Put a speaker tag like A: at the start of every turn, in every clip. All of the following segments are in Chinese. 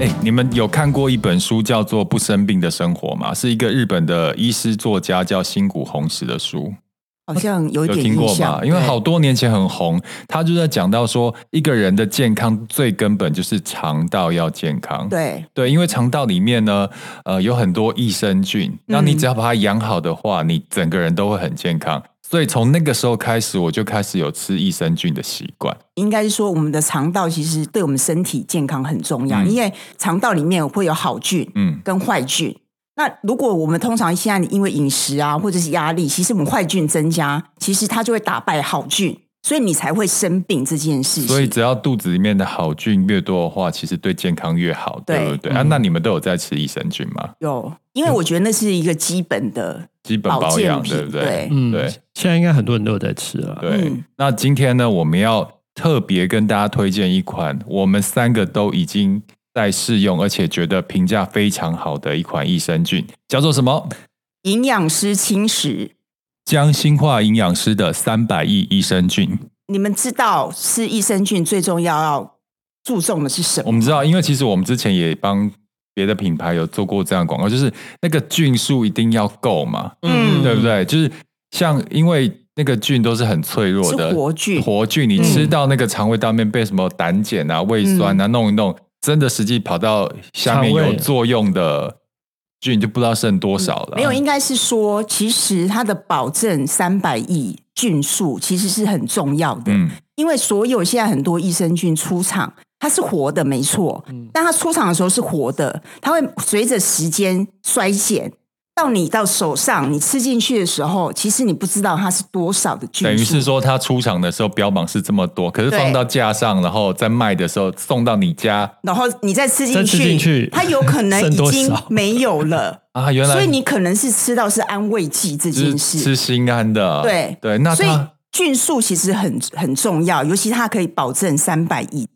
A: 哎、你们有看过一本书叫做《不生病的生活》吗？是一个日本的医师作家叫新谷弘史的书，
B: 好像有
A: 有
B: 点
A: 听
B: 印
A: 过
B: 象
A: 吗？，因为
B: 对
A: 好多年前很红，他就在讲到说，一个人的健康最根本就是肠道要健康。
B: 对
A: 对，因为肠道里面呢，呃，有很多益生菌，那你
B: 嗯
A: 只要把它养好的话，你整个人都会很健康。所以从那个时候开始，我就开始有吃益生菌的习惯。
B: 应该是说，我们的肠道其实对我们身体健康很重要，
A: 嗯
B: 因为肠道里面会有好菌
A: 嗯，
B: 跟坏菌。那如果我们通常现在因为饮食啊，或者是压力，其实我们坏菌增加，其实它就会打败好菌，所以你才会生病这件事情。
A: 所以只要肚子里面的好菌越多的话，其实对健康越好，对
B: 对
A: 不对？啊，那你们都有在吃益生菌吗？
B: 有，因为我觉得那是一个基本的
A: 基本
B: 保
A: 保
B: 健
A: 养，
B: 品，
A: 对不对？
C: 嗯，
A: 对
C: 现在应该很多人都有在吃了。
A: 对，
B: 嗯
A: 那今天呢，我们要特别跟大家推荐一款我们三个都已经在试用，而且觉得评价非常好的一款益生菌，叫做什么？
B: 营养师侵蚀。
A: 江新化营养师的三百亿益生菌。
B: 你们知道是益生菌最重要要注重的是什
A: 我
B: 么？
A: 们知道，因为其实我们之前也帮别的品牌有做过这样的广告，就是那个菌数一定要够嘛，
B: 嗯
A: 对不对？就是像因为那个菌都是很脆弱的
B: 是活菌
A: 活菌你
B: 嗯
A: 吃到那个肠胃道面被什么胆碱啊、胃酸啊弄一弄，真的实际跑到下面
C: 肠胃
A: 有作用的菌就不知道剩多少了。
B: 没有，应该是说，其实它的保证三百亿菌数其实是很重要的，
A: 嗯，
B: 因为所有现在很多益生菌出厂，它是活的，没错，
A: 嗯
B: 但它出厂的时候是活的，它会随着时间衰减。到你到手上，你吃进去的时候，其实你不知道它是多少的菌数，
A: 等于是说它出厂的时候标榜是这么多，可是
B: 对
A: 放到架上，然后在卖的时候送到你家
B: 然后你再吃进
C: 再吃
B: 去，
C: 进去
B: 它有可能
C: 剩
B: 已
C: 多
B: 经
C: 少
B: 没有了。
A: 啊， 原来
B: 所以你可能是吃到是安慰剂这
A: 就是
B: 件事
A: 吃，心安的，
B: 对
A: 对，那
B: 所以
A: 它
B: 菌素其实很很重要，尤其它可以保证三百亿。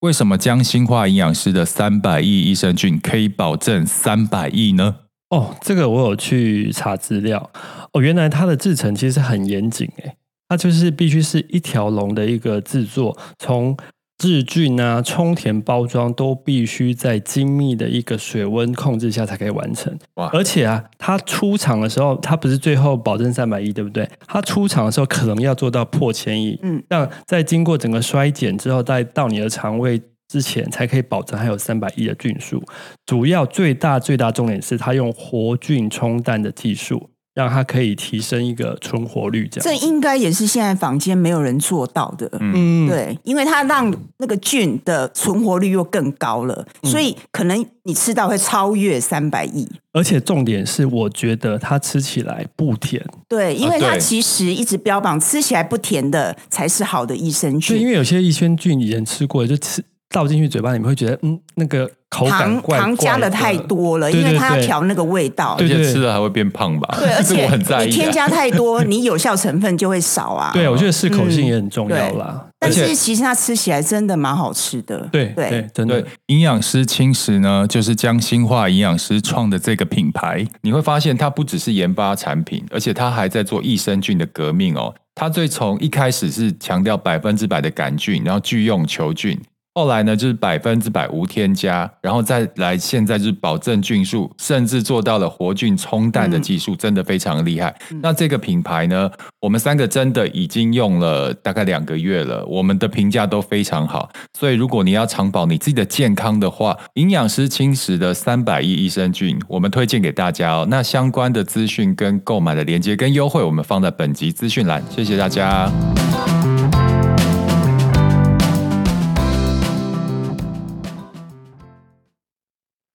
A: 为什么江心化营养师的三百亿益生菌可以保证三百亿呢？
C: 哦，这个我有去查资料。哦，原来它的制成其实很严谨欸诶，它就是必须是一条龙的一个制作，从制菌啊、充填、包装都必须在精密的一个水温控制下才可以完成。
A: 哇
C: 而且啊，它出厂的时候，它不是最后保证三百亿，对不对？它出厂的时候可能要做到破千亿，
B: 嗯，
C: 让在经过整个衰减之后，再到你的肠胃之前，才可以保证还有三百亿的菌数。主要最大最大重点是它用活菌冲淡的技术，让它可以提升一个存活率，这样
B: 这应该也是现在坊间没有人做到的。
C: 嗯，
B: 对，因为它让那个菌的存活率又更高了，
C: 嗯
B: 所以可能你吃到会超越三百亿。
C: 而且重点是，我觉得它吃起来不甜，
B: 对，因
A: 啊
B: 为它
A: 对
B: 其实一直标榜吃起来不甜的才是好的益生
C: 对，因
B: 菌，
C: 为有些益生菌以前吃过，就吃倒进去嘴巴里面会觉得，嗯，那个口感
B: 糖
C: 怪
B: 糖加的
C: 怪
B: 太多了，
C: 对
B: 因为
C: 对
B: 它要
C: 对
B: 调那个味道。
A: 而
C: 对
A: 且
C: 对
A: 啊吃了还会变胖 吧？
B: 对，而
A: 这我很在
B: 且
A: 意、
B: 你
A: 啊。
B: 添加太多，你有效成分就会少啊。
C: 对，我觉得适口性也很重要啦。
B: 但
A: 而且
B: 是其实它吃起来真的蛮好吃的。
C: 对
B: 对
C: 对，真
A: 对
C: 的，，
A: 营养师青食呢，就是江新化营养师创的这个品牌。你会发现，它不只是研发产品，而且它还在做益生菌的革命哦。它最从一开始是强调百分之百的杆菌，然后拒用球菌，后来呢就是百分之百无添加，然后再来现在就是保证菌数，甚至做到了活菌冲淡的技术，真的非常厉害。那这个品牌呢，我们三个真的已经用了大概两个月了，我们的评价都非常好。所以如果你要长保你自己的健康的话，营养师青食的三百亿益生菌，我们推荐给大家哦。那相关的资讯跟购买的链接跟优惠，我们放在本集资讯栏。谢谢大家。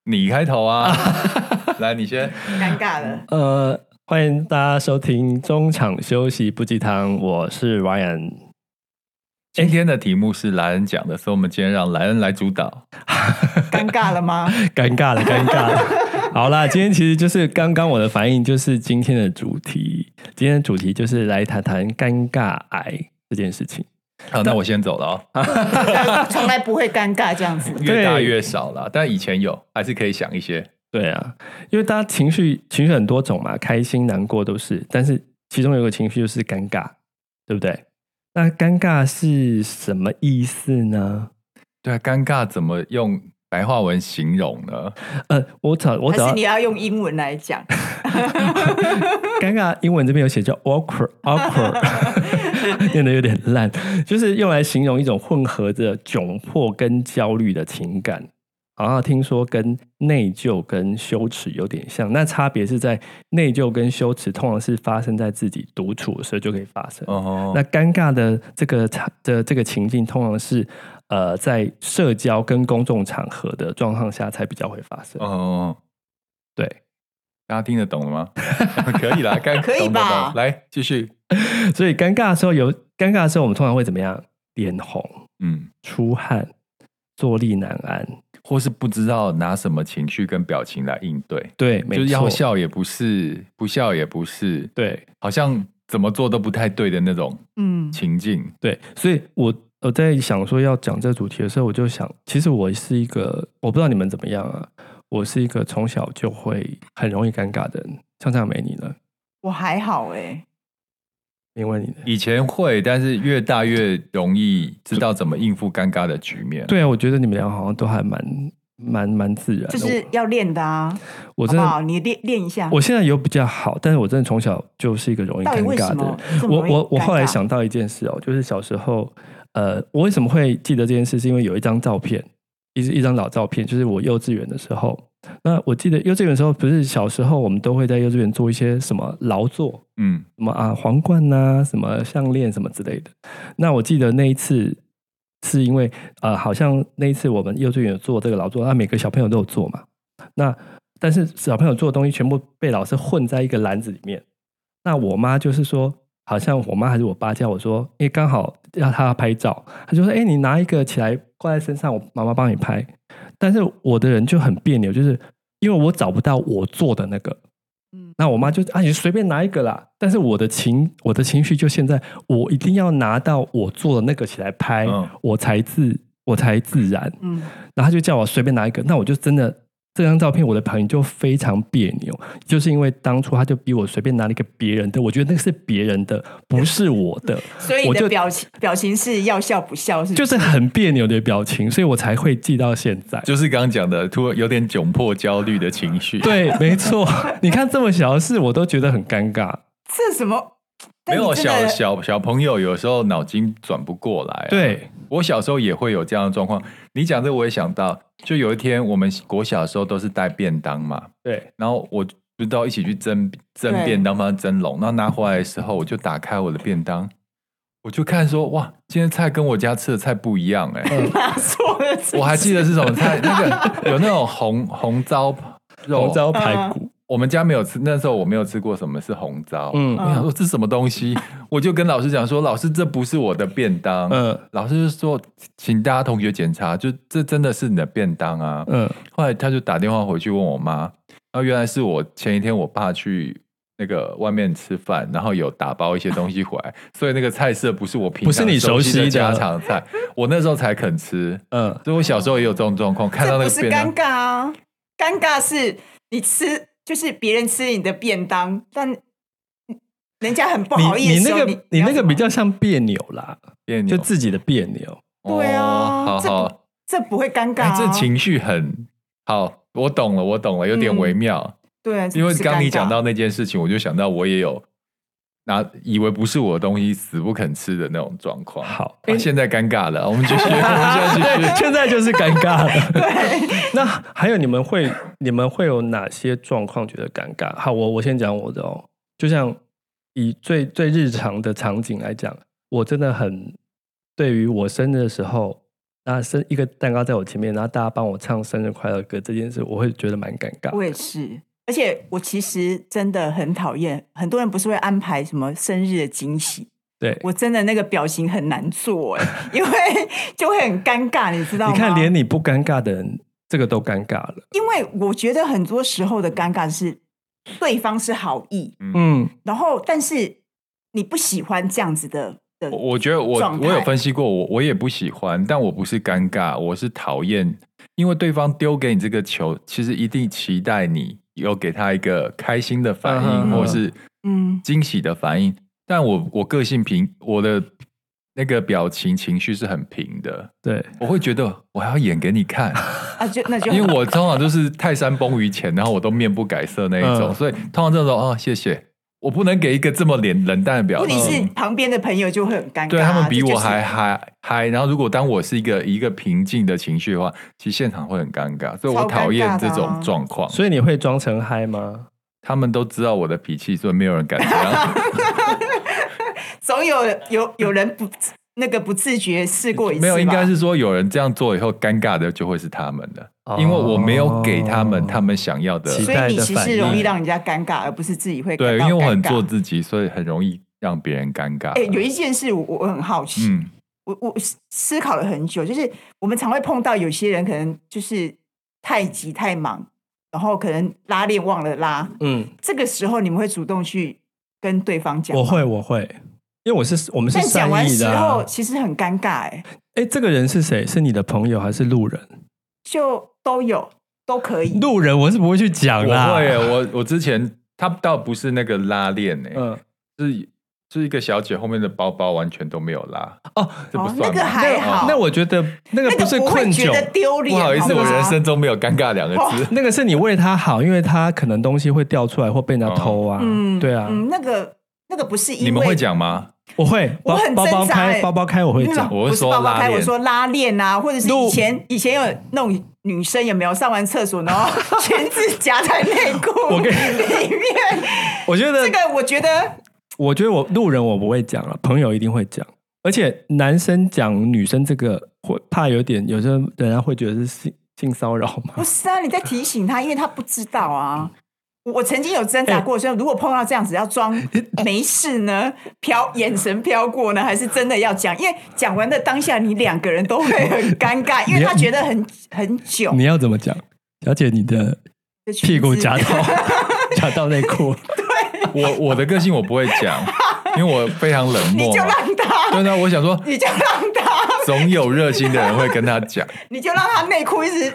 A: 你开头啊，来你先。
B: 尴尬了。
C: 呃，欢迎大家收听中场休息不鸡汤，我是 Ryan。
A: 今天的题目是莱恩讲的，所以我们今天让莱恩来主导。
B: 尴尬 了吗？
C: 尴尬了，尴尬了。好啦，今天其实就是刚刚我的反应就是今天的主题，今天的主题就是来谈谈尴尬癌这件事情。
A: 好，那我先走了哦。
B: 从来不会尴尬这样子。
A: 越大
C: 对
A: 越少啦，但以前有，还是可以想一些。
C: 对啊，因为大家情绪情绪很多种嘛，开心、难过都是，但是其中有一个情绪就是尴尬，对不对？那尴尬是什么意思呢？
A: 对啊，尴尬怎么用白话文形容呢？
C: 呃，我找我
D: 还
C: 找
D: 是
C: 到
D: 你要用英文来讲？
C: 尴尬，英文这边有写叫 awkward awkward，念的有 点烂，就是用来形容一种混合着窘迫跟焦虑的情感。啊，听说跟内疚跟羞耻有点像，那差别是在内疚跟羞耻通常是发生在自己独处的时候就可以发生，
A: 哦，
C: 那尴尬的这个场的这个情境，通常是呃在社交跟公众场合的状况下才比较会发生。
A: 哦，
C: 对，
A: 大家听得懂了吗？可以啦，该
D: 可以
A: 懂的
D: 吧
A: 懂来继续，
C: 所以尴尬的时候有尴尬的时候，我们通常会怎么样？脸红、
A: 嗯，
C: 出汗、坐立难安。
A: 或是不知道拿什么情绪跟表情来应对，
C: 对，
A: 就
C: 没
A: 是
C: 错
A: 要。笑也不是，不笑也不是，
C: 对
A: 好像怎么做都不太对的那种
D: 嗯，
A: 情境。
C: 对，所以我我在想说要讲这主题的时候，我就想，其实我是一个，我不知道你们怎么样啊，我是一个从小就会很容易尴尬的人。像这样没你呢？
D: 我还好哎、
C: 因为你呢？
A: 以前会，但是越大越容易知道怎么应付尴尬的局面。
C: 对啊，我觉得你们俩好像都还蛮蛮蛮自然的。
D: 就是要练的啊，
C: 呃我
D: 好
C: 我真
D: 不
C: 的，
D: 好？你练练一下。
C: 我现在有比较好，但是我真的从小就是一个容易
D: 到底
C: 尴
D: 为
C: 尬
D: 什
C: 的
D: 么
C: 人。
D: 这么
C: 我
D: 容易
C: 我我后来
D: 尴尬
C: 想到一件事哦，就是小时候，呃，我为什么会记得这件事，是因为有一张照片，一一张老照片，就是我幼稚园的时候。那我记得幼稚园的时候，不是小时候我们都会在幼稚园做一些什么劳作，
A: 嗯，
C: 什么啊皇冠呐、什么项链什么之类的。那我记得那一次是因为呃，好像那一次我们幼稚园有做这个劳作，啊那每个小朋友都有做嘛。那但是小朋友做的东西全部被老师混在一个篮子里面。那我妈就是说，好像我妈还是我爸叫我说，因为刚好要她拍照，她就说：“哎、你拿一个起来挂在身上，我妈妈帮你拍。”但是我的人就很别扭，就是因为我找不到我做的那个，
D: 嗯
C: 那我妈就啊，你随便拿一个啦。但是我的情我的情绪就现在，我一定要拿到我做的那个起来拍，
A: 嗯
C: 我才自我才自然。
D: 嗯，
C: 然后他就叫我随便拿一个，那我就真的这张照片，我的朋友就非常别扭，就是因为当初他就逼我随便拿了一个别人的，我觉得那个是别人的，不是我的，
D: 所以
C: 我
D: 你
C: 就
D: 的表情表情是要笑不笑是不是？
C: 就是很别扭的表情，所以我才会记到现在。
A: 就是刚刚讲的，突然有点窘迫、焦虑的情绪。，
C: 对，没错，你看这么小的事，我都觉得很尴尬。
D: 这什么？
A: 没
D: 但你
A: 有
D: 真的
A: 小小小朋友有时候脑筋转不过来、，
C: 对，
A: 我小时候也会有这样的状况。你讲这个我也想到，就有一天我们国小的时候都是带便当嘛，
C: 对，
A: 然后我不知道一起去蒸蒸
D: 对
A: 便当吗？蒸笼，然后拿回来的时候，我就打开我的便当，我就看说，哇，今天菜跟我家吃的菜不一样哎、
D: 拿啊错了是不是，
A: 我还记得是什么菜，那个 有那种红红糟肉，
C: 红糟排骨，
A: 我们家没有吃，那时候我没有吃过什么是红糟，
C: 嗯
A: 我想说这什么东西，我就跟老师讲说，老师这不是我的便当，
C: 嗯
A: 老师就说，请大家同学检查，就这真的是你的便当啊，
C: 嗯
A: 后来他就打电话回去问我妈，然后原来是我前一天我爸去那个外面吃饭，然后有打包一些东西回来，所以那个菜色不是我平常
C: 不是你熟悉的
A: 的家常菜，我那时候才肯吃。
C: 嗯，
A: 所以我小时候也有这种状况，看到那
D: 这不
A: 个
D: 是
A: 便
D: 尴
A: 当，
D: 尬啊，尴尬是你吃，就是别人吃你的便当，但人家很不好
C: 你
D: 意
C: 你
D: 思
C: 那
D: 哦。
C: 个你那个比较像别扭啦，
A: 别扭
C: 就自己的别扭。
D: 对啊
A: 哦好
D: 这不
A: 好，
D: 这不会尴尬、
A: 哎
D: 啊，
A: 这情绪很好，我懂了，我懂了，有点
D: 嗯
A: 微妙。
D: 对啊，
A: 因为刚你讲
D: 到。
A: 到那件事情，我就想到我也有拿以为不是我的东西死不肯吃的那种状况。
C: 好
A: 啊现在尴尬了，我们继续，我们现在 继续。
C: 现在就是尴尬了。对， 那还有你们会你们会有哪些状况觉得尴尬？好，我我先讲我的哦。就像以最最日常的场景来讲，我真的很对于我生日的时候，那生一个蛋糕在我前面，然后大家帮我唱生日快乐歌这件事，我会觉得蛮尴尬。
D: 我也是，而且我其实真的很讨厌，很多人不是会安排什么生日的惊喜，
C: 对，
D: 我真的那个表情很难做哎、 因为就会很尴尬，你知道吗？
C: 你看，连你不尴尬的人，这个都尴尬了。
D: 因为我觉得很多时候的尴尬是对方是好意，
C: 嗯，
D: 然后但是你不喜欢这样子的的
A: 我，我觉得我
D: 状态
A: 我有分析过，我我也不喜欢，但我不是尴尬，我是讨厌，因为对方丢给你这个球，其实一定期待你有给他一个开心的反
C: 嗯
A: 应，
C: 哼
A: 或是
D: 嗯
A: 惊喜的反应。但我我个性平，我的那个表情情绪是很平的，
C: 对，
A: 我会觉得我还要演给你 看，
D: 啊，就那就
A: 因为我通常都是泰山崩于前，然后我都面不改色那一种，
C: 嗯
A: 所以通常这种哦，谢谢，我不能给一个这么冷冷淡的表
B: 问
A: 情
B: 题。是旁边的朋友就会很尴尬，
A: 对他
D: 啊
A: 们比我还
B: 这就是
A: 嗨嗨，然后如果当我是一个一个平静的情绪的话，其实现场会很尴尬，所以我
B: 超尴尬
A: 讨厌
B: 的
A: 这
B: 啊
A: 种状况。
C: 所以你会装成嗨吗？
A: 他们都知道我的脾气，所以没有人敢这样。
B: 总有有有人不那个不自觉试过一次吧，
A: 没有，应该是说有人这样做以后，尴尬的就会是他们的，
C: 哦
A: 因为我没有给他们他们想要的。
C: 期
B: 所
C: 待
B: 以你
C: 的
B: 其
C: 反
B: 实容易
C: 应
B: 让人家尴尬，而不是自己会
A: 对，
B: 感
A: 因
B: 到
A: 为我很
B: 尴尬
A: 做。自己，所以很容易让别人尴尬。
B: 哎、有一件事我我很好奇，
A: 嗯，
B: 我我思思考了很久，就是我们常会碰到有些人可能就是太急太忙，然后可能拉链忘了拉，
C: 嗯，
B: 这个时候你们会主动去跟对方讲吗，
C: 我会，我会，因为我是我们是
B: 但
C: 善
B: 讲完
C: 意
B: 时
C: 的、
B: 候
C: 啊。
B: 其实很尴尬、哎，
C: 哎，这个人是谁？是你的朋友还是路人？
B: 就都有都可以，
C: 路人我是不会去讲
A: 我
C: 啦。
A: 会耶，我我之前他倒不是那个拉链呢、
C: 嗯，
A: 是是一个小姐后面的包包完全都没有拉，
C: 哦，
A: 这不
B: 哦
A: 算
B: 那
A: 吗？
B: 个还好，
C: 那我觉得那个
B: 那
C: 不是
B: 个不会
C: 困
B: 觉
C: 窘
B: 得，丢脸，哦
A: 不好意思，
B: 吗哦
A: 我人生中没有尴尬两个字。
C: 那个是你为他好，因为他可能东西会掉出来或被人家偷啊。
B: 嗯，
C: 对啊，
B: 嗯，那个那个不是因为
A: 你们会讲吗？
C: 我会
B: 我
C: 包
B: 很
C: 包包
B: 挣扎
C: 开
B: 欸
C: 包包开我会
B: 没有
C: 讲。
A: 我会
B: 不是
A: 说
B: 包包
A: 拉
B: 开，
A: 链
B: 我说拉链啊，或者是
C: 路
B: 以前以前有那种女生有没有上完厕所然后 裙子夹在内裤
C: 我跟
B: 里面，
C: 我觉得
B: 这个我觉得
C: 我觉得我路人我不会讲了，啊朋友一定会讲。而且男生讲女生这个会怕有点，有时候人家会觉得是性性骚扰嘛
B: 不。是啊，你在提醒他，因为他不知道啊。我我曾经有挣扎过，说如果碰到这样子要 装没事呢，飘眼神飘过呢，还是真的要讲？因为讲完的当下，你两个人都会很尴尬，因为他觉得很很久，
C: 你要怎么讲？小姐，你的
B: 这裙子
C: 屁股夹 到夹到内裤，
A: 我我的个性我不会讲，因为我非常冷
B: 你
A: 漠
B: 就。让他，
A: 对呢，我想说，
B: 你就让他
A: 总有热心的人会跟他讲。
B: 你就让他内裤一直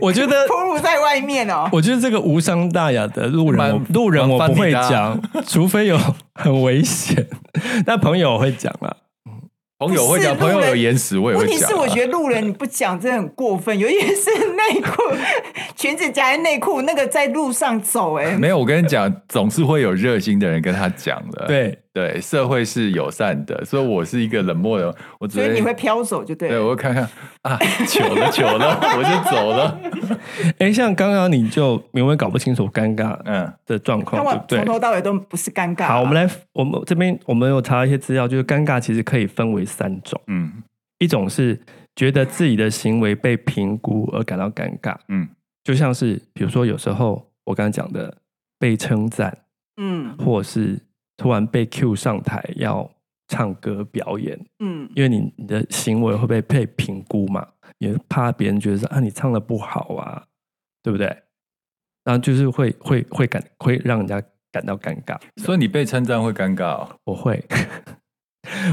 C: 我觉得
B: 铺露在外面哦。
C: 我觉得这个无伤大雅的路人我
A: 蛮，
C: 路人我不会
A: 蛮
C: 讲，除非有很危险。但朋友我会讲啊啦，
A: 朋友会讲，
B: 不
A: 朋
B: 是路人
A: 友有眼屎我也会
B: 问
A: 讲啊。
B: 题是，我觉得路人你不讲真的很过分，尤其是内裤裙子夹在内裤，那个在路上走、哎，
A: 没有，我跟你讲，总是会有热心的人跟他讲的。
C: 对，
A: 对，社会是友善的，所以我是一个冷漠的人，我只
B: 所以你会飘走就对
A: 对
B: 了。
A: 我会看看啊，糗了糗了，我就走了。
C: 哎，像刚刚你就明明搞不清楚尴尬
A: 嗯，
C: 的状况
B: 看，我
C: 对
B: 从
C: 不对？
B: 头到尾都不是尴尬、啊
C: 好，我们来，我们这边我们有查到一些资料，就是尴尬其实可以分为三种，
A: 嗯
C: 一种是觉得自己的行为被评估而感到尴尬，
A: 嗯，
C: 就像是比如说有时候我刚刚讲的被称赞，
B: 嗯
C: 或是突然被 Q 上台要唱歌表演，
B: 嗯
C: 因为你你的行为会被被评估嘛，也怕别人觉得说啊你唱的不好啊，对不对？然后就是会会会感会让人家感到尴尬。
A: 所以你被称赞会尴尬哦。
C: 我会，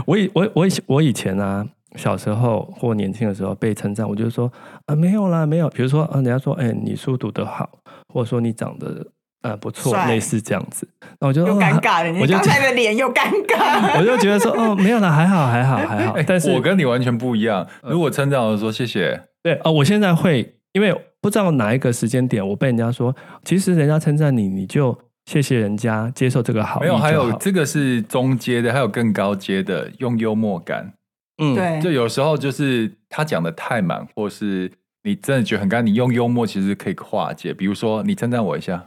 C: 我以我我以我以前啊，小时候或年轻的时候被称赞，我就说啊没有啦没有，比如说啊人家说哎、你书读得好，或者说你长得呃不错，
B: 帅
C: 类似这样子，那我就
B: 又
C: 哦
B: 尴尬了，你
C: 我就
B: 刚
C: 觉
B: 才的脸又尴尬。
C: 我就觉得说哦没有啦，还好还好还好
A: 哎，
C: 但是
A: 我跟你完全不一样。如果称赞我说谢谢，
C: 对哦，我现在会，因为不知道哪一个时间点，我被人家说，其实人家称赞你，你就谢谢人家，接受这个好意
A: 没
C: 就
A: 有，
C: 好。
A: 还有这个是中阶的，还有更高阶的，用幽默感。
C: 嗯，
B: 对，
A: 就有时候就是他讲的太满，或是你真的觉得很干，你用幽默其实可以化解。比如说，你称赞我一下，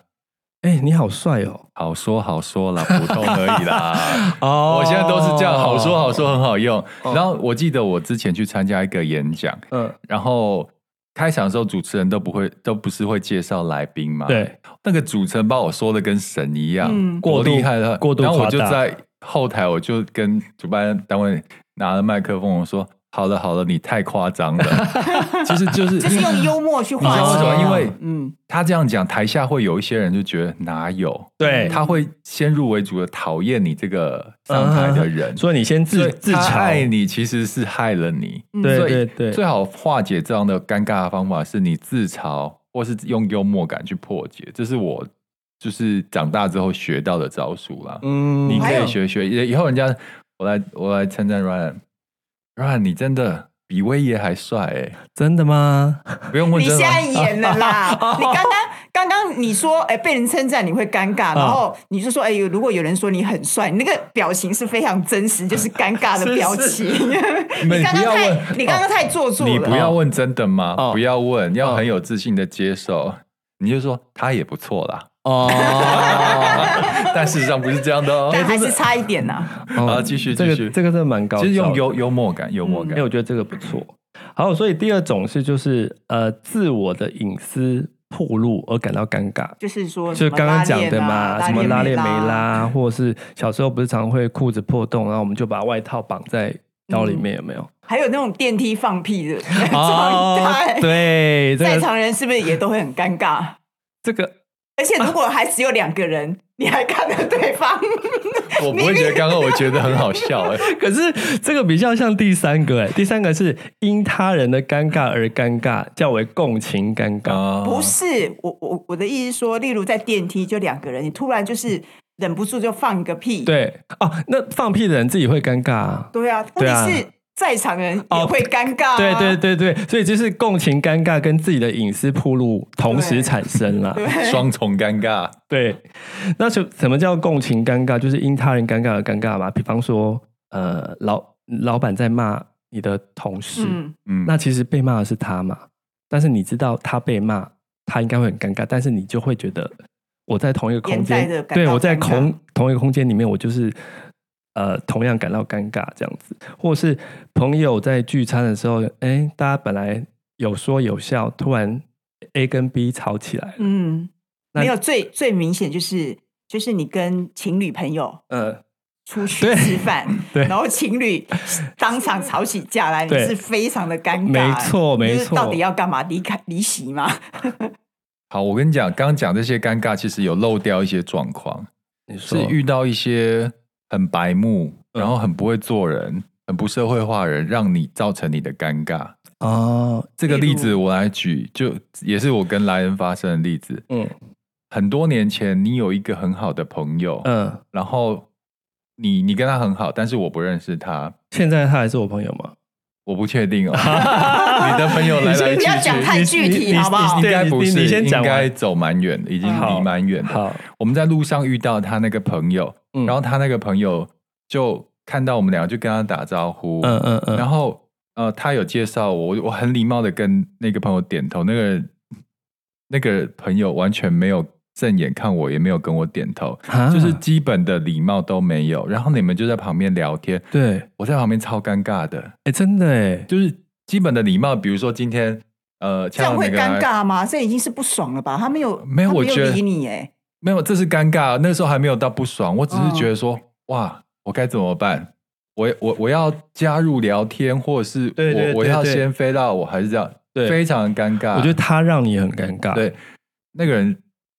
C: 哎、你好帅哦！
A: 好说好说啦，普通而已 啦。
C: 哦
A: 我现在都是这样，好说好说，很好用。
C: 哦
A: 然后我记得我之前去参加一个演讲，
C: 嗯，
A: 然后开场的时候主持人都不会，都不是会介绍来宾嘛？，
C: 对，
A: 那个主持人把我说的跟神一样，
B: 嗯
A: 过
C: 过度
A: 厉害了，
C: 过度
A: 然后我就
C: 夸大
A: 在后台，我就跟主办单位拿了麦克风，我说：“好了好了，你太夸张 了。”其实就是
B: 就是用幽默去
A: 你知
B: 化
A: 道为什么？
B: 解。
A: 因为
B: 嗯，
A: 他这样讲，台下会有一些人就觉得哪有，
C: 对
A: 他会先入为主的讨厌你这个上台的人，
C: 所以你先
A: 所
C: 自
A: 以
C: 自
A: 他爱
C: 嘲，
A: 你其实是害了你。
B: 嗯
C: 对
A: 所以
C: 对对
A: 最好化解这样的尴尬的方法是你自嘲，或是用幽默感去破解。这是我就是长大之后学到的招数啦。
C: 嗯
A: 你可
B: 还有
A: 以学学，以以后人家我来我来称赞 Ryan，啊，你真的比威爷还帅哎、
C: 真的吗？
A: 不用问
B: 你
A: 真
B: 现
A: 的吗
B: 在演了啦！
C: 哦
B: 你刚刚刚刚你说，哎、被人称赞你会尴
C: 啊
B: 尬，然后你就说，哎、如果有人说你很帅，你那个表情是非常真实，就是尴尬的表情。 你刚
A: 你不
B: 刚
A: 要
B: 太
A: 问，
B: 你刚刚太做作了。
A: 你不要问真的吗？
C: 哦
A: 不要问，要
C: 哦
A: 很有自信的接受。你就说他也不错啦，
C: 哦，
A: 但事实上不是这样的哦。
B: 但
C: 哎
B: 还是差一点呐、啊
A: 好继续
C: 哦这个
A: 继续
C: 这个真的蛮高招
A: 其
C: 的，
A: 实用幽幽默感，幽默
C: 哎、
A: 感。
C: 我觉得这个不错。好，所以第二种是就是呃自我的隐私暴露而感到尴尬，
B: 就是说
C: 就
B: 什么
C: 刚刚
B: 拉
C: 讲
B: 链啊，
C: 的嘛，什么
B: 拉
C: 拉链没
B: 没拉，
C: 拉，或者是小时候不是常会裤子破洞，然后我们就把外套绑在腰里面，有没有？
B: 还有那种电梯放屁的 状态，
C: 哦对，这
B: 在
C: 个
B: 场人是不是也都会很尴尬？
C: 这个
B: 而且如果还只有两个人，你还看着对方，
A: 我不会觉得刚刚我觉得很好笑 哎、
C: 可是这个比较像第三个哎，第三个是因他人的尴尬而尴尬，较为共情尴尬。
A: 啊
B: 不是我我我的意思是说，例如在电梯就两个人，你突然就是忍不住就放个屁，
C: 对哦，那放屁的人自己会尴尬、啊。
B: 对啊，问
C: 对啊
B: 题是在场人也
C: 哦
B: 会尴尬、啊
C: 对对对对，所以就是共情尴尬跟自己的隐私铺路同时产生啦。
B: 对，
A: 双重尴尬，
C: 对，那什什么叫共情尴尬？就是因他人尴尬而尴尬嘛。比方说，呃，老老板在骂你的同事，
B: 嗯，
A: 嗯，
C: 那其实被骂的是他嘛，但是你知道他被骂，他应该会很尴尬，但是你就会觉得我在同一个空
B: 连带
C: 间
B: 地，感
C: 对
B: 到
C: 我在
B: 尴尬
C: 同同一个空间里面，我就是呃同样感到尴尬这样子，或是朋友在聚餐的时候，哎，大家本来有说有笑，突然 A 跟 B 吵起来了，
B: 嗯，
C: 那
B: 没有最最明显就是就是你跟情侣朋友
C: 呃，
A: 嗯
B: 出去
C: 对
B: 吃饭，
C: 对
B: 然后情侣当场吵起架来，你
C: 对
B: 是非常的尴尬，啊
C: 没错
B: 就是
C: 没错
B: 到底要干嘛？离开离席吗？
A: 好，我跟你讲，刚刚讲这些尴尬，其实有漏掉一些状况，
C: 你说
A: 是遇到一些很白目，
C: 嗯
A: 然后很不会做人、很不社会化的人，让你造成你的尴尬。
C: 哦，
A: 这个
B: 例
A: 例
B: 如
A: 子我来举，就也是我跟莱恩发生的例子。
C: 嗯
A: 很多年前，你有一个很好的朋友，
C: 嗯，
A: 然后你你跟他很好，但是我不认识他，
C: 现在他还是我朋友吗？
A: 我不确定哦。 你的朋友来来去
B: 不要讲
A: 去，
B: 太具体
C: 你
B: 好不好
C: 你
A: 应
C: 你
A: 该不
C: 你
A: 是，
C: 你先
A: 应
C: 讲
A: 该
C: 完。
A: 走蛮远的，已经
C: 好
A: 离蛮远的。
C: 好，
A: 我们在路上遇到他那个朋友，
C: 嗯
A: 然后他那个朋友就看到我们两个，就跟他打招呼，
C: 嗯嗯嗯，
A: 然后呃，他有介绍我，我我很礼貌的跟那个朋友点头，那个那个朋友完全没有正眼看我，也没有跟我点头，
C: 啊
A: 就是基本的礼貌都没有。然后你们就在旁边聊天，
C: 对，哎、
A: 我在旁边超尴尬的，
C: 真的哎，
A: 就是基本的礼貌，比如说今天呃，
B: 这样
A: 呛到
B: 会
A: 哪个
C: 啊
B: 尴
A: 人
B: 尬吗？这已经是不爽了吧？他没有，
A: 没有
B: 他
A: 我觉得
B: 理你哎，
A: 没有，这是尴尬。那时候还没有到不
C: 哦
A: 爽，我只是觉得说，哇，我该怎么办？我我我要加入聊天，或者是我
C: 对对对
A: 我要
C: 对
A: 先飞到我，还是这样？
C: 对
A: 非常尴尬。
C: 我觉得他让你很尴尬。，
A: 啊对那个人，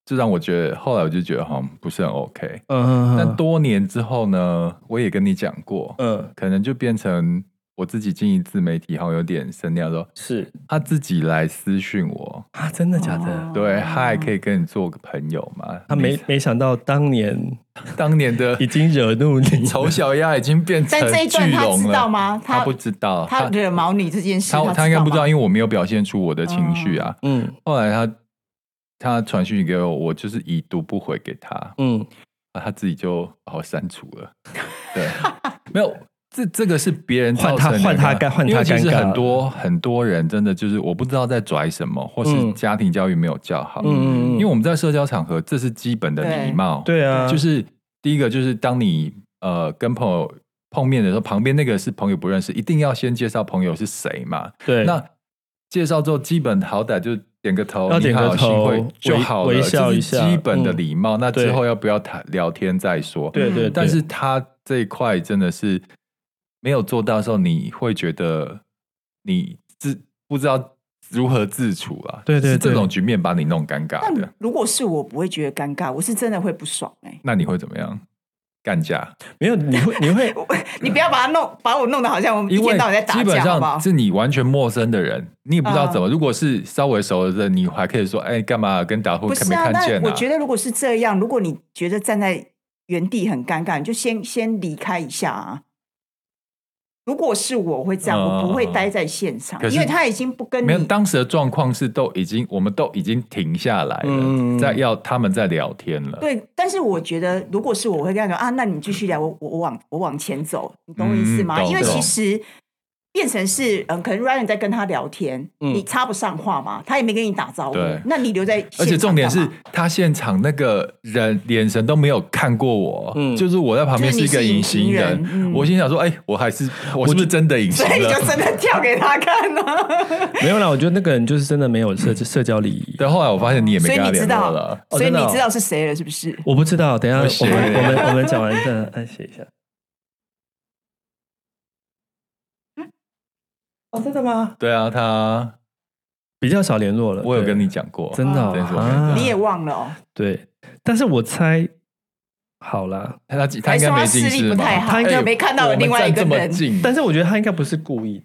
A: 就让我觉得，后来我就觉得好像不是很 OK。
C: 嗯，嗯
A: 但多年之后呢，我也跟你讲过，
C: 嗯
A: 可能就变成我自己经营自媒体，好像有点声量说，
C: 是
A: 他自己来私讯我，
C: 啊，真的假的？
B: 哦
A: 对，嗨，可以跟你做个朋友吗？
C: 他没没想到当年
A: 当年的
C: 已经惹怒 你，
A: 丑小鸭已经 变成
B: 但这一段
A: 巨
B: 他
A: 龙
B: 知
A: 了
B: 道吗他
A: 他不知道，
B: 他
A: 他
B: 惹毛你这件事，
A: 他
B: 他
A: 他应该不知道，
B: 吗，哦
A: 因为我没有表现出我的情绪啊。
C: 嗯
A: 后来他他传讯息给我，我就是已读不回给他，
C: 嗯，
A: 啊他自己就把我删除了。 对，没有。这这个是别人
C: 换
A: 造
C: 他
A: 成的
C: 换他尴换
A: 因为
C: 他
A: 其实
C: 尴尬
A: 很多很多人真的就是我不知道在拽什么，或是
C: 嗯
A: 家庭教育没有教好，
C: 嗯嗯嗯
A: 因为我们在社交场合这是基本的礼貌，
C: 对啊，
A: 就是第一个就是当你呃跟朋友碰面的时候，旁边那个是朋友不认识，一定要先介绍朋友是谁嘛。
C: 对
A: 那介绍之后，基本好歹就点个头，
C: 要
A: 你
C: 点
A: 好
C: 个头
A: 幸会就好了，
C: 微微笑
A: 这是
C: 一下嗯
A: 基本的礼貌。那
C: 对
A: 之后要不要谈聊天再说。
C: 对对，对
A: 嗯但是他这一块真的是没有做到的时候，你会觉得你自不知道如何自处啊。
C: 对对
A: 是这
C: 对
A: 种局面把你弄尴尬的
B: 但，如果是我，不会觉得尴尬，我是真的会不爽哎。
A: 那你会怎么样？干架？
C: 没有你会你 会
B: 我你不要把他弄，把我弄得好像我 们一
A: 因为
B: 天到晚在打
A: 基本
B: 架，好不
A: 上
B: 好？嗯
A: 是你完全陌生的人，你也不知道怎么。如果是稍微熟的人，你还可以说：“哎，干嘛跟打呼
B: 不
A: 看
B: 是
A: 没
B: 啊，
A: 看见啊？”
B: 那我觉得如果是这样，如果你觉得站在原地很尴尬，你就先先离开一下啊。如果是我我会这样，
A: 嗯
B: 我不会待在现场，
A: 可是
B: 因为他已经不跟
A: 没有，
B: 你。
A: 当时的状况是都已经，我们都已经停下来了，
C: 嗯
A: 在要他们在聊天了。
B: 对，但是我觉得，如果是我，我会跟他说啊，那你继续聊，我我我往我往前走，你懂我意思
A: 嗯
B: 吗？
A: 懂
B: 因为
A: 懂
B: 其实变成是，嗯，可能 Ryan 在跟他聊天，
C: 嗯
B: 你插不上话嘛，他也没跟你打招呼
A: 对，
B: 那你留在现场干嘛，
A: 而且重点是他现场那个人眼神都没有看过我，
C: 嗯
A: 就是我在旁边一
B: 就
A: 个
B: 是你是
A: 隐形
B: 隐形
A: 人
B: 人，嗯
A: 我心想说，哎、我还是我是不是真的隐形
B: 所以你就
A: 了？
B: 真的跳给他看了，
C: 没有啦，我觉得那个人就是真的没有社社交礼仪。
A: 但后来我发现你也没跟
B: 所以
A: 他
B: 你
A: 联
B: 知
A: 络
B: 道
A: 了，，
C: 哦
B: 所以
C: 真的
B: 你
C: 哦
B: 知道是谁了，是不是？
C: 我不知道，等一
A: 不
C: 下
A: 行
C: 我们我们我们讲完再来写一下。嗯哦，真的吗？
A: 对啊，他
C: 比较少联络了。
A: 我有
C: 对
A: 跟你讲过，
C: 真的哦
A: 这件事我跟
C: 啊
A: 你
B: 你也忘了、哦，
C: 对，但是我猜好啦，
A: 讲，他他应该没近
B: 还说他视
A: 视
B: 力不
A: 嘛
B: 太好
A: 哎
B: 他应该没看到
A: 我们
B: 另外一个
A: 站这么
B: 人
A: 近，
C: 但是我觉得他应该不是故意，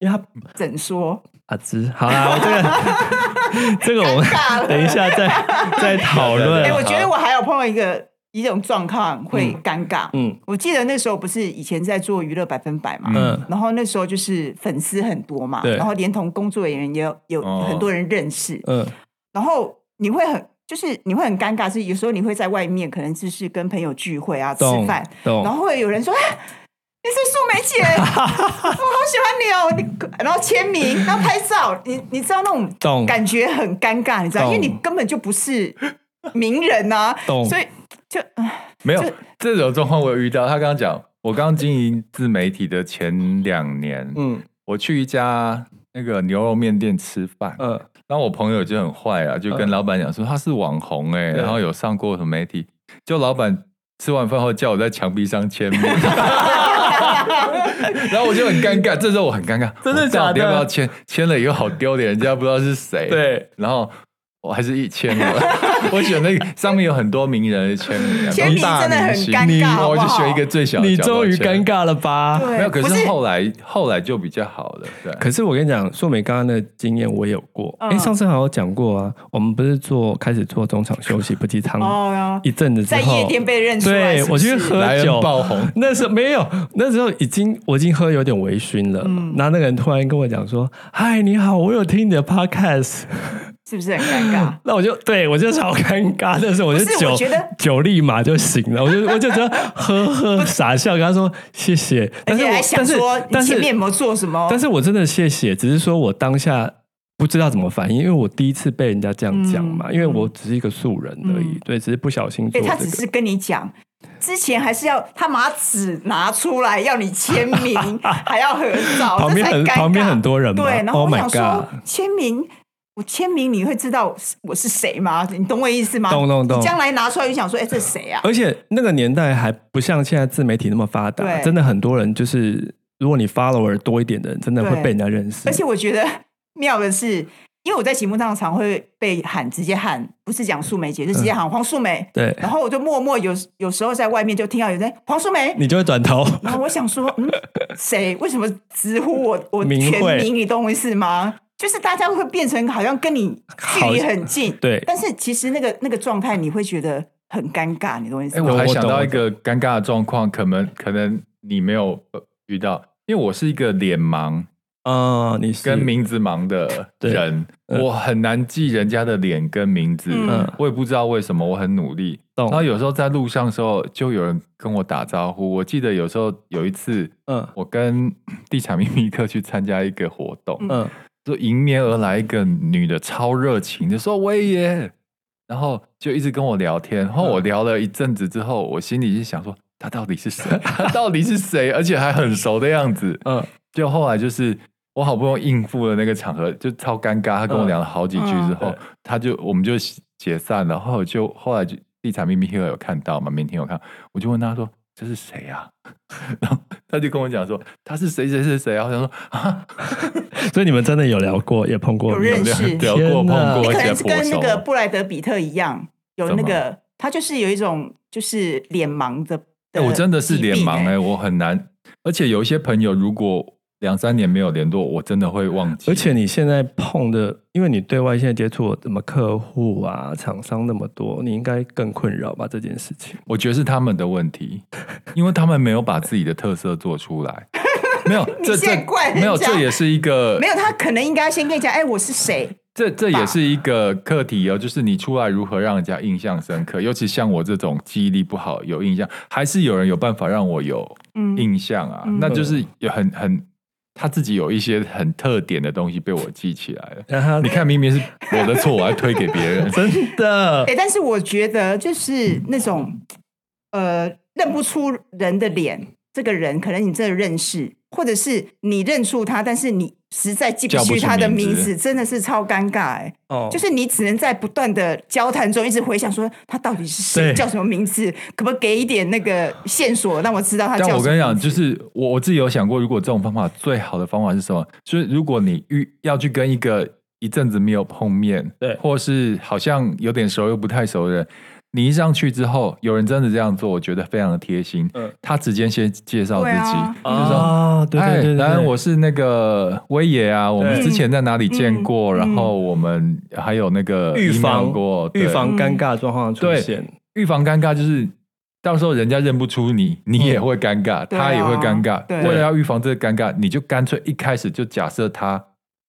C: 因为他
B: 怎 说？
C: 阿芝，好啦，我这个 这个 我
B: 尬了
C: 们等一下再再讨论。
B: 哎、
A: 对
B: 我觉得
C: 好
B: 我还有碰到一个一种状况会尴尬。
C: 嗯
B: 我记得那时候不是以前在做娱乐百分百嘛，
C: 嗯
B: 然后那时候就是粉丝很多嘛，
C: 对
B: 然后连同工作人员也有有
A: 哦
B: 很多人认识，
C: 嗯
B: 然后你会很就是你会很尴尬，是有时候你会在外面可能就是跟朋友聚会啊吃
C: 懂
B: 饭，
C: 懂
B: 然后会有人说。啊你是素梅 姐，我好喜欢你哦！你然后签名，然后拍照，你你知道那种
C: 懂
B: 感觉很尴尬，你知道，因
C: 懂
B: 为你根本就不是名人呐、
C: 懂
B: 所以 就唉
A: 没有
B: 这
A: 这种状况我有遇到。他刚刚讲，我刚经营自媒体的前两年，
C: 嗯
A: 我去一家那个牛肉面店吃饭，
C: 嗯
A: 然后我朋友就很坏啊，就跟老板讲说他是网红哎、
C: 对
A: 然后有上过什么媒体，就老板。吃完饭后叫我在墙壁上签名，
B: 哎
A: 然后我就很尴尬，这时候我很尴尬，
C: 真的
A: 我到底
C: 假的
A: 要不要签？签了以后好丢脸，人家不知道是谁。，
C: 对，
A: 然后我还是一签了， 我选那个上面有很多名人的签名啊，
B: 签名
A: 都大
B: 真的很
A: 明星
B: 尴尬
A: 你
B: 好不
A: 我就
B: 好
A: 选一个最小的
C: 你
A: 角落
C: 终于
A: 签
C: 尴尬了吧？
B: 对，
A: 没有，可
B: 不是
A: 是后来后来就比较好了，对。
C: 可是我跟你讲，素美刚刚的经验我有过，哎、
B: 嗯
C: 上次好像有讲过啊，我们不是做开始做中场休息不鸡汤
B: 哦，
C: 一阵子之
B: 在
C: 后，
B: 夜店被认出来
C: 嗯对
B: 是不
C: 我
B: 是
C: 去喝
A: 莱
C: 酒
A: 恩爆红，
C: 那时候没有，那时候已经我已经喝有点微醺了，
B: 嗯
C: 然后那个人突然跟我讲说：“嗨，你好，我有听你的 podcast。
B: 是不是很尴尬？”
C: 那我就对我就超尴尬，但是我就
B: 不是
C: 酒
B: 我觉得
C: 酒立马就醒了，我就我 就觉得呵呵傻笑，跟他说谢谢，
B: 而
C: 但是
B: 且
C: 我
B: 还想说你
C: 但是
B: 前面有没
C: 但是
B: 有做什么？
C: 但是我真的谢谢，只是说我当下。不知道怎么反应，因为我第一次被人家这样讲嘛，因为我只是一个素人而已，
B: 嗯
C: 对，只是不小心做
B: 对
C: 这
B: 他
C: 个。
B: 只是跟你讲，之前还是要他把纸拿出来要你签 名，还要合照，
C: 旁边
B: 这才
C: 很
B: 尴尬
C: 旁边很多人嘛
B: 对，然后
C: Oh
B: 我
C: my
B: 想说
C: God
B: 签名。我签名你会知道我是谁吗？你懂我意思吗？
C: 懂懂懂呃
B: 你将来拿出来就想说，哎、这谁啊？
C: 而且那个年代还不像现在自媒体那么发达，
B: 对
C: 真的很多人就是，如果你 follower 多一点的人，真的会
B: 对
C: 被人家认识。
B: 而且我觉得妙的是，因为我在节目上常会被喊，直接喊，不是讲素梅姐，是
C: 嗯
B: 直接喊黄素梅。
C: 对
B: 然后我就默默有有时候在外面就听到有人在黄素梅，
C: 你就会转头，
B: 然后我想说，嗯，谁为什么直呼我我
C: 名
B: 全
C: 讳
B: 名？你懂我意思吗？就是大家会变成好像跟你距离很近，
C: 对
B: 但是其实那个那个状态你会觉得很尴尬，你懂我意思
A: 哎，
B: 吗？
A: 我还
C: 我
A: 想
C: 懂
A: 到
C: 我
A: 一个尴尬的状况，可能可能你没有呃遇到，因为我是一个脸盲
C: 嗯，你是
A: 跟名字盲的
C: 对
A: 人，
C: 嗯
A: 我很难记人家的脸跟名字，
B: 嗯
A: 我也不知道为什么，我很努力。然后
C: 懂，
A: 有时候在路上的时候，就有人跟我打招呼。我记得有时候有一次，
C: 嗯
A: 我跟地产秘密课去参加一个活动，
C: 嗯，
A: 就迎面而来一个女的，超热情的说：“威爷。”然后就一直跟我聊天。然后我聊了一阵子之后，我心里就想说：“她到底是谁？她到底是谁？而且还很熟的样子。”
C: 嗯，
A: 就后来就是我好不容易应付了那个场合，就超尴尬。她
B: 嗯
A: 跟我聊了好几句之后
C: 嗯，
A: 她就我们就解散了。后来就后来就地产秘密 hero 有看到嘛？明天有看，我就问她说：“这是谁啊？” 然后她就跟我讲说：“她是谁谁谁谁啊？”我想说：“啊，
C: 所以你们真的有聊过，也碰过
B: 有
C: 面，
B: 认识
A: 聊过
C: 天哪
A: 碰
B: 你
A: 过，而
B: 可
A: 且
B: 能是
A: 颇
B: 跟那
A: 熟。
B: 个布莱德比特一样，有
A: 怎么
B: 那个他就是有一种就是脸盲的，
A: 哎我真的是脸盲
B: 哎、
A: 哎、我很难。而且有一些朋友，如果两三年没有联络，我真的会忘记。
C: 而且你现在碰的，因为你对外现在接触什么客户啊、厂商那么多，你应该更困扰吧这件事情。
A: 我觉得是他们的问题，因为他们没有把自己的特色做出 来。没有，这
B: 现在
A: 这
B: 怪人家
A: 没有，这也是一个
B: 没有，他可能应该先跟你讲，哎，我是谁？
A: 这这也是一个课题哦，就是你出来如何让人家印象深刻，尤其像我这种记忆力不好有印象，还是有人有办法让我有
B: 嗯
A: 印象啊？
B: 嗯
A: 那就是有很很他自己有一些很特点的东西被我记起来了。
C: 然后，
A: 你看，明明是我的错，我还推给别人
C: 真 的
B: 哎，但是我觉得就是那种呃认不出人的脸，这个人可能你真的认识，或者是你认出他，但是你实在记不
A: 叫不
B: 起
A: 出
B: 他的
A: 名
B: 名
A: 字
B: 字，真的是超尴尬哎。
C: 哦，
B: 就是你只能在不断的交谈中一直回想说他到底是谁，
C: 对
B: 叫什么名字，可不可以给一点那个线索让我知道他叫什
A: 但
B: 么名
A: 我
B: 字？
A: 跟你讲，就是我我自己有想过，如果这种方法最好的方法是什么？就是如果你遇要去跟一个一阵子没有碰面，
C: 对
A: 或是好像有点熟又不太熟的人，你一上去之后，有人真的这样做，我觉得非常的贴心。
C: 嗯
A: 他直接先介绍自
B: 对
A: 己，
B: 啊
A: 就说。
C: 啊，对对对对，
A: 哎，然后我是那个威爷啊，我们之前在哪里见过？
B: 嗯嗯
A: 然后我们还有那个
C: 预
A: email
C: 防
A: 过对
C: 预防尴尬状况的出
A: 对
C: 现，
A: 预防尴尬就是。到时候人家认不出你，你也会尴尬，
B: 对啊
A: 他也会尴尬。
B: 对
A: 为了要预防这个尴尬，你就干脆一开始就假设他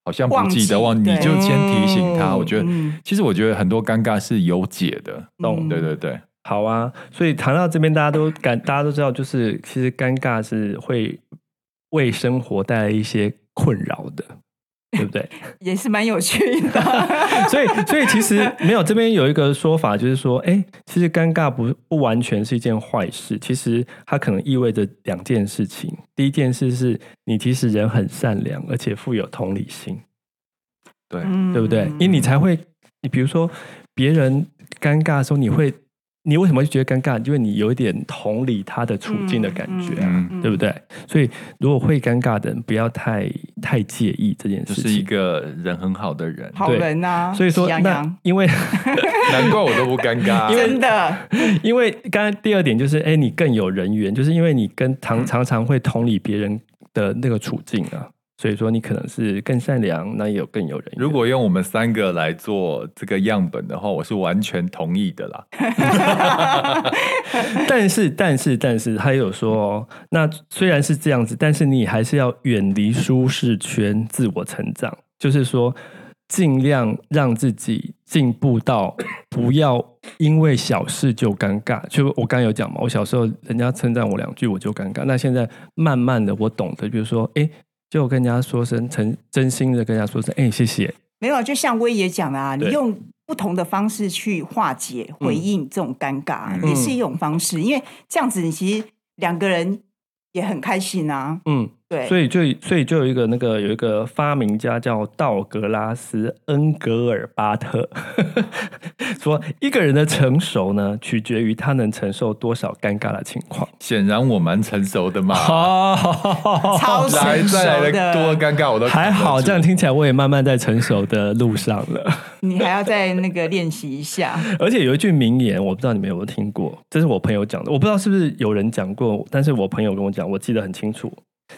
A: 好像不
B: 忘
A: 记得
B: 记
A: 忘，你
B: 对
A: 就先提醒他。
C: 嗯
A: 我觉得，
B: 嗯
A: 其实我觉得很多尴尬是有解的。
C: 懂
A: 对对对，
C: 好啊，所以谈到这边，大家都感，大家都知道，就是其实尴尬是会为生活带来一些困扰 的，对不对？
B: 也是蛮有趣的。
C: 所以，所以其实没有这边有一个说法，就是说，哎，其实尴尬不不完全是一件坏事，其实它可能意味着两件事情。第一件事是你其实人很善良，而且富有同理心，
A: 对
B: 嗯
C: 对不对？因为你才会，你比如说别人尴尬的时候，你会，你为什么会觉得尴尬？因为你有一点同理他的处境的感觉啊，
A: 嗯
C: 对不对？所以如果会尴尬的人，不要太太介意这件
A: 就
C: 事
A: 是一
C: 情。
A: 个人很好的人，
B: 好人呐、啊，
C: 所以说，
B: 喜羊
C: 那
B: 羊
C: 因为
A: 难怪我都不尴尬。
B: 真的，
C: 因为刚才第二点就是，哎，你更有人缘，就是因为你
A: 嗯
C: 跟常常常会同理别人的那个处境啊，所以说你可能是更善良，那也有更有人缘。
A: 如果用我们三个来做这个样本的话，我是完全同意的啦。
C: 但是，但是，但是，他也有说哦，那虽然是这样子，但是你还是要远离舒适圈，自我成长，就是说，尽量让自己进步到不要因为小事就尴尬。就我刚刚有讲嘛，我小时候人家称赞我两句我就尴尬，那现在慢慢的我懂得，比如说，哎，就跟人家说声诚，真心的跟人家说声，哎，谢谢，
B: 没有，就像威爷讲的啊，你
C: 对
B: 用不同的方式去化解、回应这种尴尬，啊
A: 嗯
B: 也是一种方式。因为这样子，你其实两个人也很开心啊。
C: 嗯。
B: 对，
C: 所以就所以就有一个那个有一个发明家叫道格拉斯·恩格尔巴特，说一个人的成熟呢，取决于他能承受多少尴尬的情况。
A: 显然我蛮成熟的嘛，
C: 好
B: 超成
A: 来
B: 熟
A: 再来
B: 的
A: 的多尴尬我都
C: 还好，这
A: 样。
C: 样听起来我也慢慢在成熟的路上了。
B: 你还要再那个练 习一下。
C: 而且有一句名言，我不知道你们有没有听过，这是我朋友讲的，我不知道是不是有人讲过，但是我朋友跟我讲，我记得很清楚。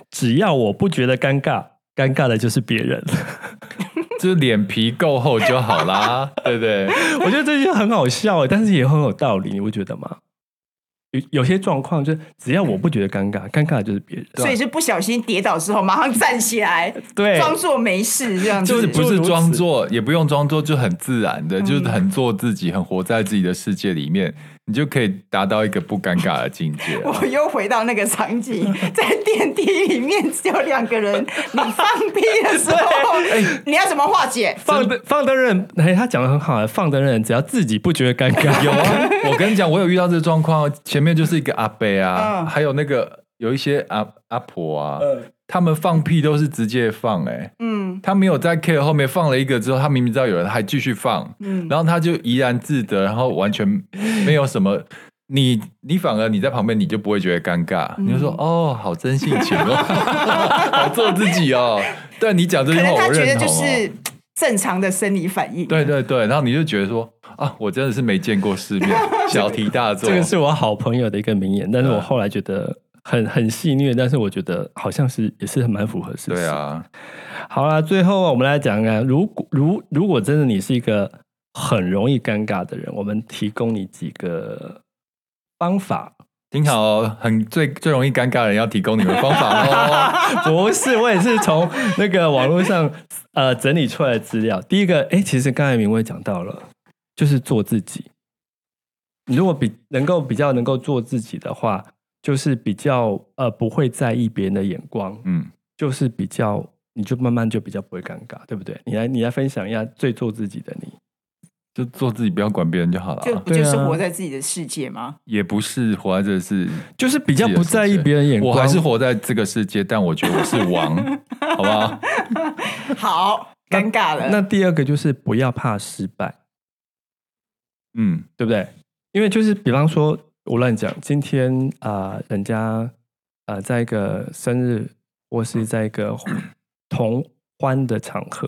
C: 只要我不觉得尴尬，尴尬的就是别人。
A: 就是脸皮够厚就好啦，对不对？
C: 我觉得这些很好笑欸，但是也很有道理，你不觉得吗？有有些状况就是，只要我不觉得尴尬，尴尬的就是别人。
A: 啊
B: 所以是不小心跌倒之后，马上站起来，
C: 对
B: 装作没事这样子。。
A: 哎就是不是装作，也不用装作，就很自然的，就是很做自己，很活在自己的世界里面，你就可以达到一个不尴尬的境界
B: 我又回到那个场景，在电梯里面只有两个人，你放屁的时候， 你要怎么化解？
C: 放的放的人，哎，他讲的很好啊，放的人只要自己不觉得尴尬，
A: 有啊， 我跟你讲，我有遇到这个状况，前面就是一个阿伯啊，
B: 嗯
A: 还有那个有一些阿阿婆啊，他们放屁都是直接放、欸，
B: 嗯，
A: 他没有在 care 后面放了一个之后，他明明知道有人还继续放，
B: 嗯
A: 然后他就怡然自得，然后完全没有什么。你你反而你在旁边你就不会觉得尴尬，
B: 嗯
A: 你就说哦，好真性情 哦，好做自己哦。对你讲这
B: 可
A: 句话
B: 能
A: 我
B: 他觉
A: 认
B: 得就
A: 同、哦。
B: 是正常的生理反应。
A: 对对对，然后你就觉得说啊，我真的是没见过世面，小题大做。啊
C: 这个是我好朋友的一个名言，但是我后来觉得很很戏虐，但是我觉得好像是也是蛮符合事实。
A: 对，啊，
C: 好啦，最后啊我们来讲讲，如果如如果真的你是一个很容易尴尬的人，我们提供你几个方法。
A: 听好哦，很最最容易尴尬的人要提供你们方法喽。
C: 不是，我也是从那个网络上 呃整理出来的资料。第一个，哎、其实刚才明威讲到了，就是做自己。你如果比能够比较能够做自己的话，就是比较呃不会在意别人的眼光，
A: 嗯，
C: 就是比较你就慢慢就比较不会尴尬，对不对？你来你来分享一下最做自己的你。
A: 就做自己，不要管别人就好了。啊
B: 就不就是活在自己的世界吗？
A: 也不是活在这是，
C: 就是比较不在意别人眼光
A: 我还是活在这个世界，但我觉得我是王，好不好？
B: 好，尴尬了。
C: 那第二个就是不要怕失败，
A: 嗯，
C: 对不对？因为就是比方说，我乱讲，今天啊、呃人家啊，在一个生日或是在一个同欢的场合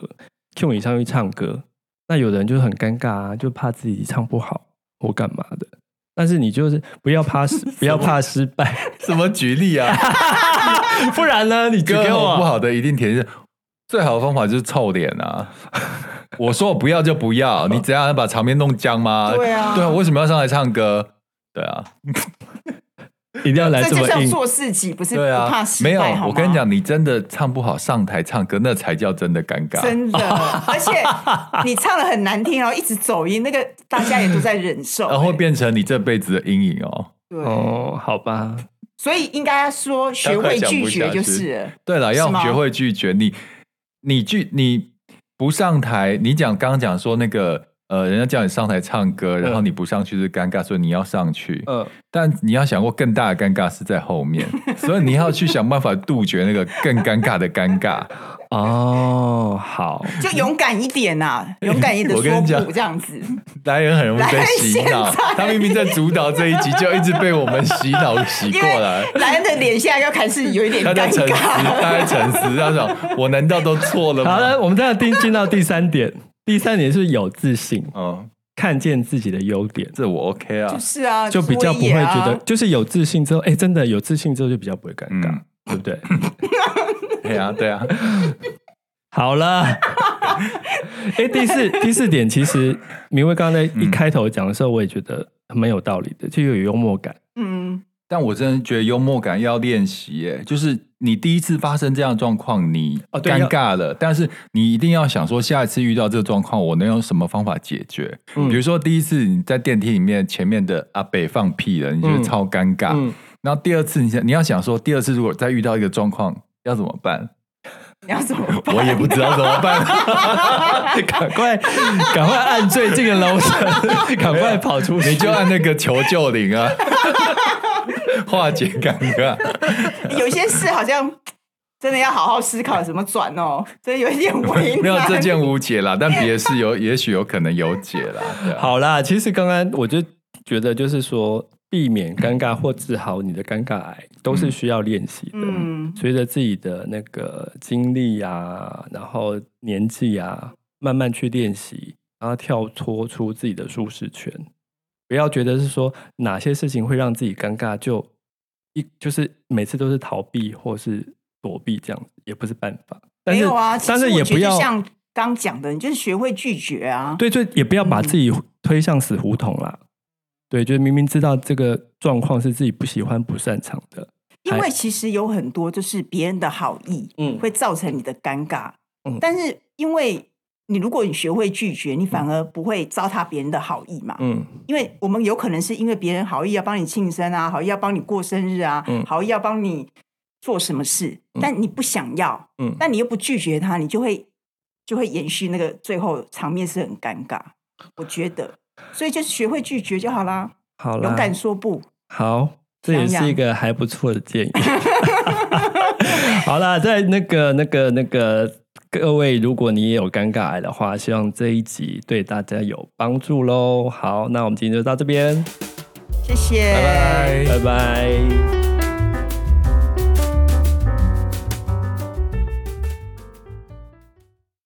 C: ，Q 你上去唱歌，那有的人就很尴尬啊，就怕自己唱不好或干嘛的。但是你就是不要怕失，不要怕失败，
A: 什么举例 啊？ 哦
C: 不然呢， 你
A: 歌
C: 给
A: 喉不
C: 我
A: 好的一定填是最好的方法就是臭脸啊！ 我说我不要就不要，你怎样把场面弄僵吗？
B: 对啊
A: 哦对啊，我为什么要上来唱歌？对啊，
C: 一定要来
B: 这
C: 这
B: 就
C: 么
B: 是要
C: 硬，
B: 做自己，不是不
A: 对啊
B: 怕，失败。
A: 没有
B: 好，吗
A: 我跟你，讲，你真的唱不好，上台唱歌那才叫真的尴尬。
B: 真 的，而且你唱的很难听，哦然后一直走音，那个大家也都在忍受。
A: 呃然后会变成你这辈子的阴影哦。
B: 对，
C: 哦，好吧，
B: 所以应该说学会拒绝就是了。
A: 对了，
B: 是
A: 要
B: 吗
A: 学会拒绝。你你拒你不上台，你讲刚刚讲说那个呃，人家叫你上台唱
B: 嗯
A: 歌，然后你不上去是尴尬，所以你要上去。
C: 嗯，
A: 但你要想过更大的尴尬是在后 面，所以你要去想办法杜绝那个更尴尬的尴 尬。
C: 哦，好，
B: 就勇敢一点呐、勇敢一 点
A: 我
B: 地
A: 跟
B: 说
A: 你讲
B: 不这样子，
A: 来人很容易被洗脑
B: 莱恩现在，
A: 他明明在主导这一集，就一直被我们洗脑洗过
B: 因
A: 来
B: 为。莱恩的脸现在又开始有一点
A: 他在
B: 尴
A: 沉思，
B: 尬。
A: 他在沉思，他想：我难道都错了
C: 好
A: 吗？
C: 了，我们再进进到第三点，第三点是有自信，
A: 嗯，
C: 看见自己的优点，
A: 这我 OK 啊
B: 就，是啊，
C: 就比较不会
B: 所以
C: 觉得
B: 啊，
C: 就是有自信之后，哎、真的有自信之后就比较不会尴尬，
A: 嗯
C: 对不对？
A: 对啊，对啊。
C: 好了， 哎、第四第四点，其实明威刚才一开头讲的时候，我也觉得蛮有道理的，就有幽默感。
B: 嗯，
A: 但我真的觉得幽默感要练习，耶，就是你第一次发生这样的状况，你
C: 哦对要
A: 尴尬了，但是你一定要想说，下一次遇到这个状况，我能用什么方法解决？
C: 嗯
A: 比如说第一次你在电梯里面，前面的阿北放屁了，你觉得
C: 嗯
A: 超尴尬，
C: 嗯，
A: 然后第二次你想你要想说，第二次如果再遇到一个状况。要怎么办？
B: 你要怎么办？
A: 我也不知道怎么办，
C: 赶快赶快按最近的楼层， 赶快跑出去
A: 你就按那个求救铃啊， 化解 尴尬。
B: 有些事好像真的要好好思考怎么转哦，真的有一点为难。
A: 没有这件无解啦，但别的事有，也许有可能有解啦。对啊，
C: 好啦，其实刚刚我就觉得，就是说避免尴尬或治好你的尴尬癌，都是需要练习的。
B: 嗯，
C: 随着自己的那个经历啊，然后年纪啊，慢慢去练习，然后跳脱出自己的舒适圈，不要觉得是说哪些事情会让自己尴尬，就一就是每次都是逃避或是躲避这样子，也不是办法。但
B: 没
C: 是
B: 有啊，其
C: 但
B: 实
C: 是
B: 我
C: 也
B: 觉得
C: 不要
B: 就像刚讲的，你就是学会拒绝啊。
C: 对，就也不要把自己推向死胡同啦。对，就是明明知道这个状况是自己不喜欢、不擅长的，
B: 因为其实有很多就是别人的好意，
C: 嗯
B: 会造成你的尴尬。
C: 嗯
B: 但是因为你如果你学会拒绝，你反而不会糟蹋别人的好意嘛。
C: 嗯，
B: 因为我们有可能是因为别人好意要帮你庆生啊，好意要帮你过生日啊，
C: 嗯
B: 好意要帮你做什么事，但你不想要，
C: 嗯
B: 但你又不拒绝他，你就会就会延续那个最后场面是很尴尬，我觉得。所以就学会拒绝就好啦，
C: 好啦，
B: 勇敢说不。
C: 好，这也
B: 想
C: 是
B: 养
C: 一个还不错的建议。 好啦，在那个、那个、那个，各位，如果你也有尴尬癌的话，希望这一集对大家有帮助喽。好，那我们今天就到这边，
B: 谢谢，
A: 拜拜。
C: 拜拜。